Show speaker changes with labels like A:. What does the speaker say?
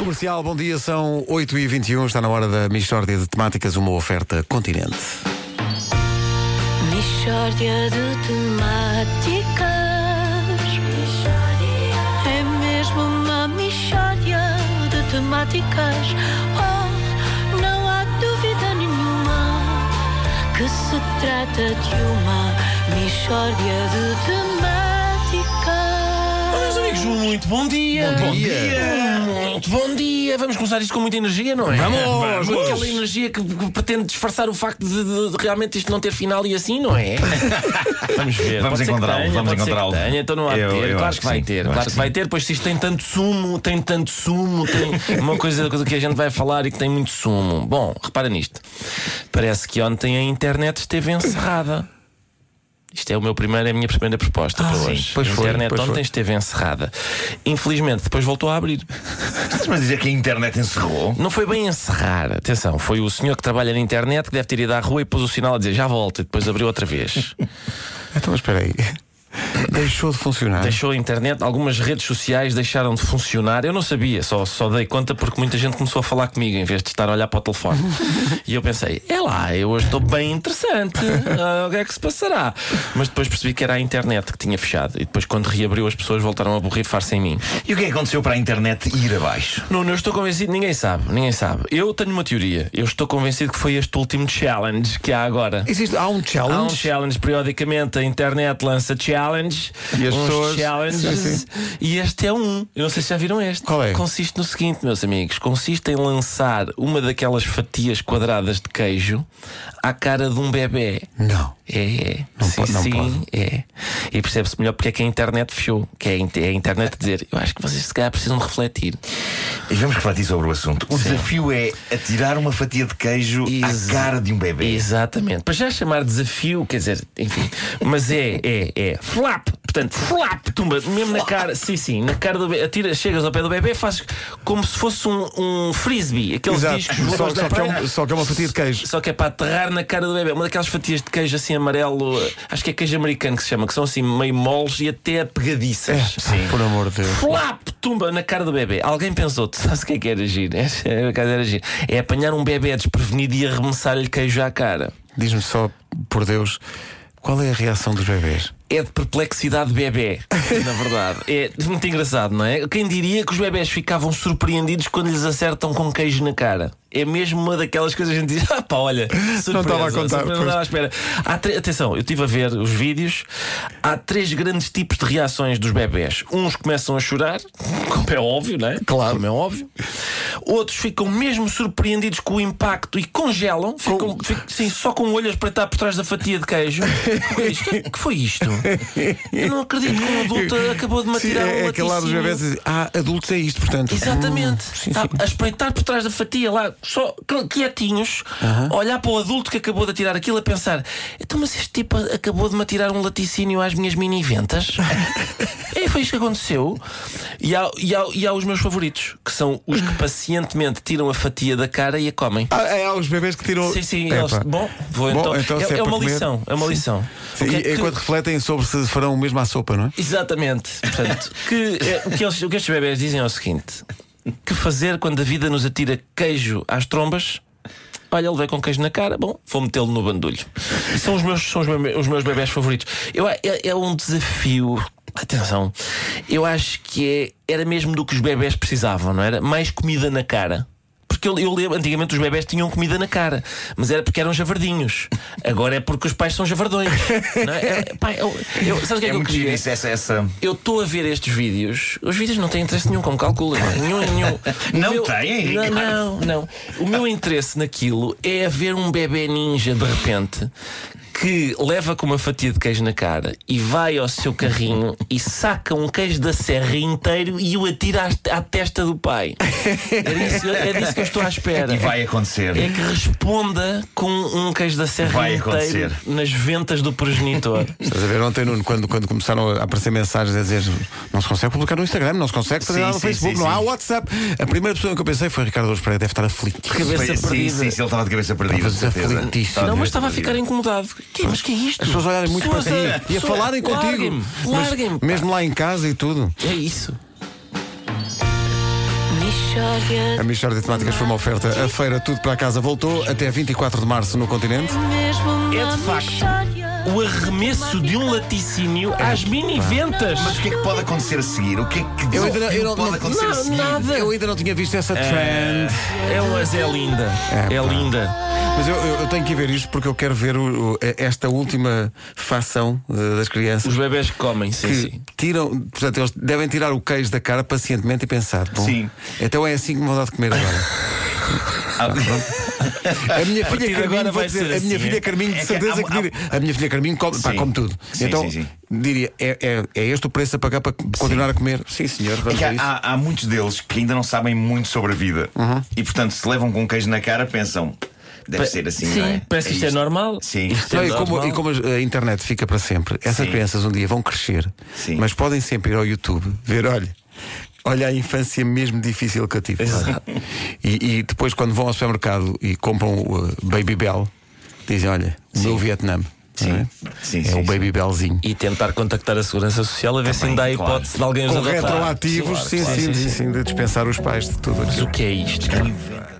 A: Comercial, bom dia, são 8h21, está na hora da Mixórdia de Temáticas, uma oferta continente.
B: Mixórdia de temáticas É mesmo uma mixórdia de temáticas Oh, não há dúvida nenhuma Que se trata de uma mixórdia de
C: Meus
B: temáticas
C: amigos, um muito bom dia. Um
A: Bom dia.
C: Muito bom dia. Vamos começar isto com muita energia, não é?
A: Vamos!
C: Com aquela energia que que pretende disfarçar o facto de, de- de realmente isto não ter final e assim, não é? Vamos ver.
D: Vamos
C: Pode ser que
D: encontrá-lo,
C: tenha,
D: vamos
C: pode ser que
D: encontrá-lo.
C: tenha, Então não há de
D: Eu-
C: ter.
D: eu
C: Claro
D: acho
C: que
D: que
C: vai
D: sim, eu
C: ter.
D: acho
C: Claro
D: que
C: que vai ter, pois isto tem tanto sumo, tem tanto sumo, tem uma coisa, coisa que a gente vai falar e que tem muito sumo. Bom, repara nisto. Parece que ontem a internet esteve encerrada. Isto é o meu primeiro, é a minha primeira proposta para hoje.
A: Ah, Pois
C: a
A: foi,
C: internet
A: pois
C: ontem
A: foi.
C: esteve encerrada. Infelizmente, depois voltou a abrir.
D: Estás a dizer que a internet encerrou?
C: Não foi bem encerrar, atenção, foi o senhor que trabalha na internet que deve ter ido à rua e pôs o sinal a dizer já volta e depois abriu outra vez.
A: Então, mas espera aí. Deixou de funcionar.
C: Deixou a internet, algumas redes sociais deixaram de funcionar. Eu não sabia, só, só dei conta porque muita gente começou a falar comigo em vez de estar a olhar para o telefone. e eu pensei, é lá, eu hoje estou bem interessante, ah, o que é que se passará? Mas depois percebi que era a internet que tinha fechado e depois, quando reabriu, as pessoas voltaram a borrifar-se em mim.
D: E o que é que aconteceu para a internet ir abaixo?
C: Nuno, eu estou convencido, ninguém sabe, ninguém sabe. Eu tenho uma teoria. Eu estou convencido que foi este último challenge que há agora.
A: Existe, há um challenge?
C: Há um challenge periodicamente, a internet lança challenge,
A: E as
C: uns
A: pessoas-
C: challenges,
A: Sim, sim.
C: e este é um. Eu não sei se já viram este.
A: Qual é?
C: Consiste no seguinte, meus amigos: consiste em lançar uma daquelas fatias quadradas de queijo à cara de um bebê.
A: Não.
C: É, é.
A: Não
C: sim,
A: pode- não
C: sim,
A: pode.
C: é. E percebe-se melhor porque é que a internet fechou. Que é a inter- é a internet a dizer, eu acho que vocês se calhar precisam de refletir.
D: E vamos refletir sobre o assunto. O desafio é atirar uma fatia de queijo
C: Exa-
D: à cara de um bebê.
C: Exatamente. Para já chamar desafio, quer dizer, enfim. Mas é, é, é. Flap! Portanto, flap! Tumba, mesmo na cara. Sim, sim, na cara do bebê. Atira, chegas ao pé do bebê, fazes como se fosse um, um frisbee. Aqueles
A: Exato.
C: discos
A: Só,
C: voadores da
A: só que é
C: praia.
A: um- só que é uma fatia de queijo.
C: Só que é para aterrar na cara do bebê. Uma daquelas fatias de queijo assim amarelo, acho que é queijo americano que se chama, que são assim meio moles e até pegadiças.
A: É, Sim. Por amor de Deus.
C: Flap, tumba na cara do bebê. Alguém pensou, tu sabes o que é que era giro? É, era giro. é apanhar um bebê desprevenido e arremessar-lhe queijo à cara.
A: Diz-me só, por Deus, qual é a reação dos bebês?
C: é de perplexidade bebê, na verdade. É muito engraçado, não é? Quem diria que os bebés ficavam surpreendidos quando lhes acertam com queijo na cara? É mesmo uma daquelas coisas que a gente diz: ah, pá, olha, surpresa,
A: estava a contar,
C: surpresa,
A: pois.
C: não estava à espera. Há tre- Atenção, eu estive a ver os vídeos. Há três grandes tipos de reações dos bebés. Uns começam a chorar, como é óbvio, não é? Claro. Como é óbvio. Outros ficam mesmo surpreendidos com o impacto e congelam, ficam, fi- sim, só com o olho a espreitar por trás da fatia de queijo. O que é isto? O que foi isto? Eu não acredito que um adulto acabou de me
A: Sim,
C: atirar
A: é,
C: um
A: é aquele lado dos
C: laticínio.
A: bebês. diz, Ah, adultos é isto, portanto.
C: Exatamente.
A: Hum, sim,
C: Tá,
A: sim.
C: A espreitar por trás da fatia, lá, só cl- quietinhos, a olhar para o adulto que acabou de atirar aquilo a pensar: então, mas este tipo a- acabou de me atirar um laticínio às minhas mini-ventas? é, foi isto que aconteceu. E há, e, há, e há os meus favoritos, que são os que pacientemente tiram a fatia da cara e a comem.
A: Ah, é, há os bebês que tiram.
C: Sim, sim,
A: Epá.
C: eles- bom, vou
A: Bom,
C: então.
A: então,
C: é,
A: se é
C: é
A: para
C: uma
A: comer,
C: lição, é uma lição.
A: Sim,
C: O que é
A: e-
C: que-
A: Enquanto refletem sobre se farão o mesmo à sopa, não é?
C: Exatamente. Portanto, que, é, o, que eles- o que estes bebés dizem é o seguinte: que fazer quando a vida nos atira queijo às trombas? Olha, ele veio com queijo na cara, bom, vou metê-lo no bandulho. E são os meus, são os meus, os meus bebés favoritos. Eu, a- é, é um desafio. Atenção, eu acho que é- era mesmo do que os bebés precisavam, não era? Mais comida na cara. Porque eu, eu lembro, antigamente os bebés tinham comida na cara, mas era porque eram javardinhos. Agora é porque os pais são javardões. Não é? É- pá, eu, eu- sabes o que é,
D: É
C: que eu
D: muito giro
C: queria?
D: isso, essa, essa.
C: Eu estou a ver estes vídeos. Os vídeos não têm interesse nenhum, como calculas. não é? Nenhum, nenhum. O
D: Não têm,
C: Não,
D: Ricardo.
C: não, não. O meu interesse naquilo é haver um bebê ninja de repente que leva com uma fatia de queijo na cara e vai ao seu carrinho e saca um queijo da serra inteiro e o atira à, à testa do pai. É disso, é disso que eu estou à espera.
D: E vai acontecer.
C: É que responda com um queijo da serra
D: Vai
C: inteiro
D: acontecer.
C: nas ventas do progenitor.
A: Estás a ver ontem, Nuno, quando, quando começaram a aparecer mensagens a dizer não se consegue publicar no Instagram, não se consegue fazer
D: Sim,
A: nada no
D: sim,
A: Facebook,
D: sim,
A: não há
D: sim.
A: WhatsApp. A primeira pessoa que eu pensei foi Ricardo Ospreira, deve estar aflito.
C: Cabeça
D: Foi- sim,
C: perdida.
D: sim, sim, ele estava de cabeça perdida.
A: Estavas
D: certeza.
A: aflitíssimo.
D: Estava
C: Não,
D: de
C: mas
D: cabeça
C: estava a ficar
D: perdida.
C: incomodado. Que- mas que é isto?
A: Ah, As pessoas olharem muito para ti
C: Pessoas
A: e a
C: pessoas-
A: falarem contigo.
C: Larguem-me, É
A: Mas
C: larguem-me.
A: Mesmo lá em casa e tudo.
C: É isso.
A: A
B: Michórdia
A: Michórdia de Temáticas foi uma oferta. A feira Tudo para Casa voltou até 24 de março no continente.
B: é mesmo
C: É
B: uma
C: de facto
B: Michórdia.
C: o arremesso de um laticínio
A: É.
C: às mini-ventas.
D: Mas o que é que pode acontecer a seguir? O que é que
A: Eu ainda não- eu
D: desafio
A: não-
D: pode
A: não-
D: acontecer a
C: não,
D: seguir?
C: nada.
A: Eu ainda não tinha visto essa trend.
C: É, mas é linda. É,
A: pá.
C: linda.
A: Mas eu, eu- eu tenho que ir ver isto porque eu quero ver o- o- esta última facção eh, das crianças
C: Os bebés que comem, sim,
A: que
C: sim.
A: tiram, portanto, eles devem tirar o queijo da cara pacientemente e pensar. Bom,
D: Sim.
A: Então é assim que me vão dar de comer agora. A minha filha
C: partir de agora
A: Carminho, vou
C: vai
A: dizer,
C: ser
A: a minha
C: assim,
A: filha
C: é?
A: Carminho,
D: É
A: de
D: que
A: certeza
D: há-
A: que diria, a minha filha Carminho come, pá,
D: Sim.
A: come tudo.
D: Sim,
A: então
D: sim, sim.
A: diria, é, é- é este o preço a pagar para continuar a comer? Sim, senhor,
D: É
A: vamos
D: que
A: a isso.
D: há, há muitos deles que ainda não sabem muito sobre a vida
A: Uhum.
D: e, portanto, se levam com um queijo na cara, pensam deve
C: Pa-
D: ser assim.
C: sim,
D: não é?
C: parece que isto é normal.
D: Sim,
C: Isto
A: Não,
C: é
A: e,
C: normal.
A: como, e como a a internet fica para sempre, essas
D: Sim.
A: crianças um dia vão crescer,
D: Sim.
A: mas podem sempre ir ao YouTube ver, olha. Olha a infância mesmo difícil que eu tive. E, e depois, quando vão ao supermercado e compram o uh, Baby Bell, dizem: Olha, o meu Vietnã. não é?
D: Sim,
A: é
D: sim,
A: o
D: sim.
A: Baby Bellzinho.
C: E tentar contactar a Segurança Social a ver se ainda há
D: claro.
C: hipótese de alguém os
A: Com
C: adotar.
A: retroativos, sim, sim, sim, sim, de dispensar os pais de tudo aquilo.
C: Mas o que é isto? cara?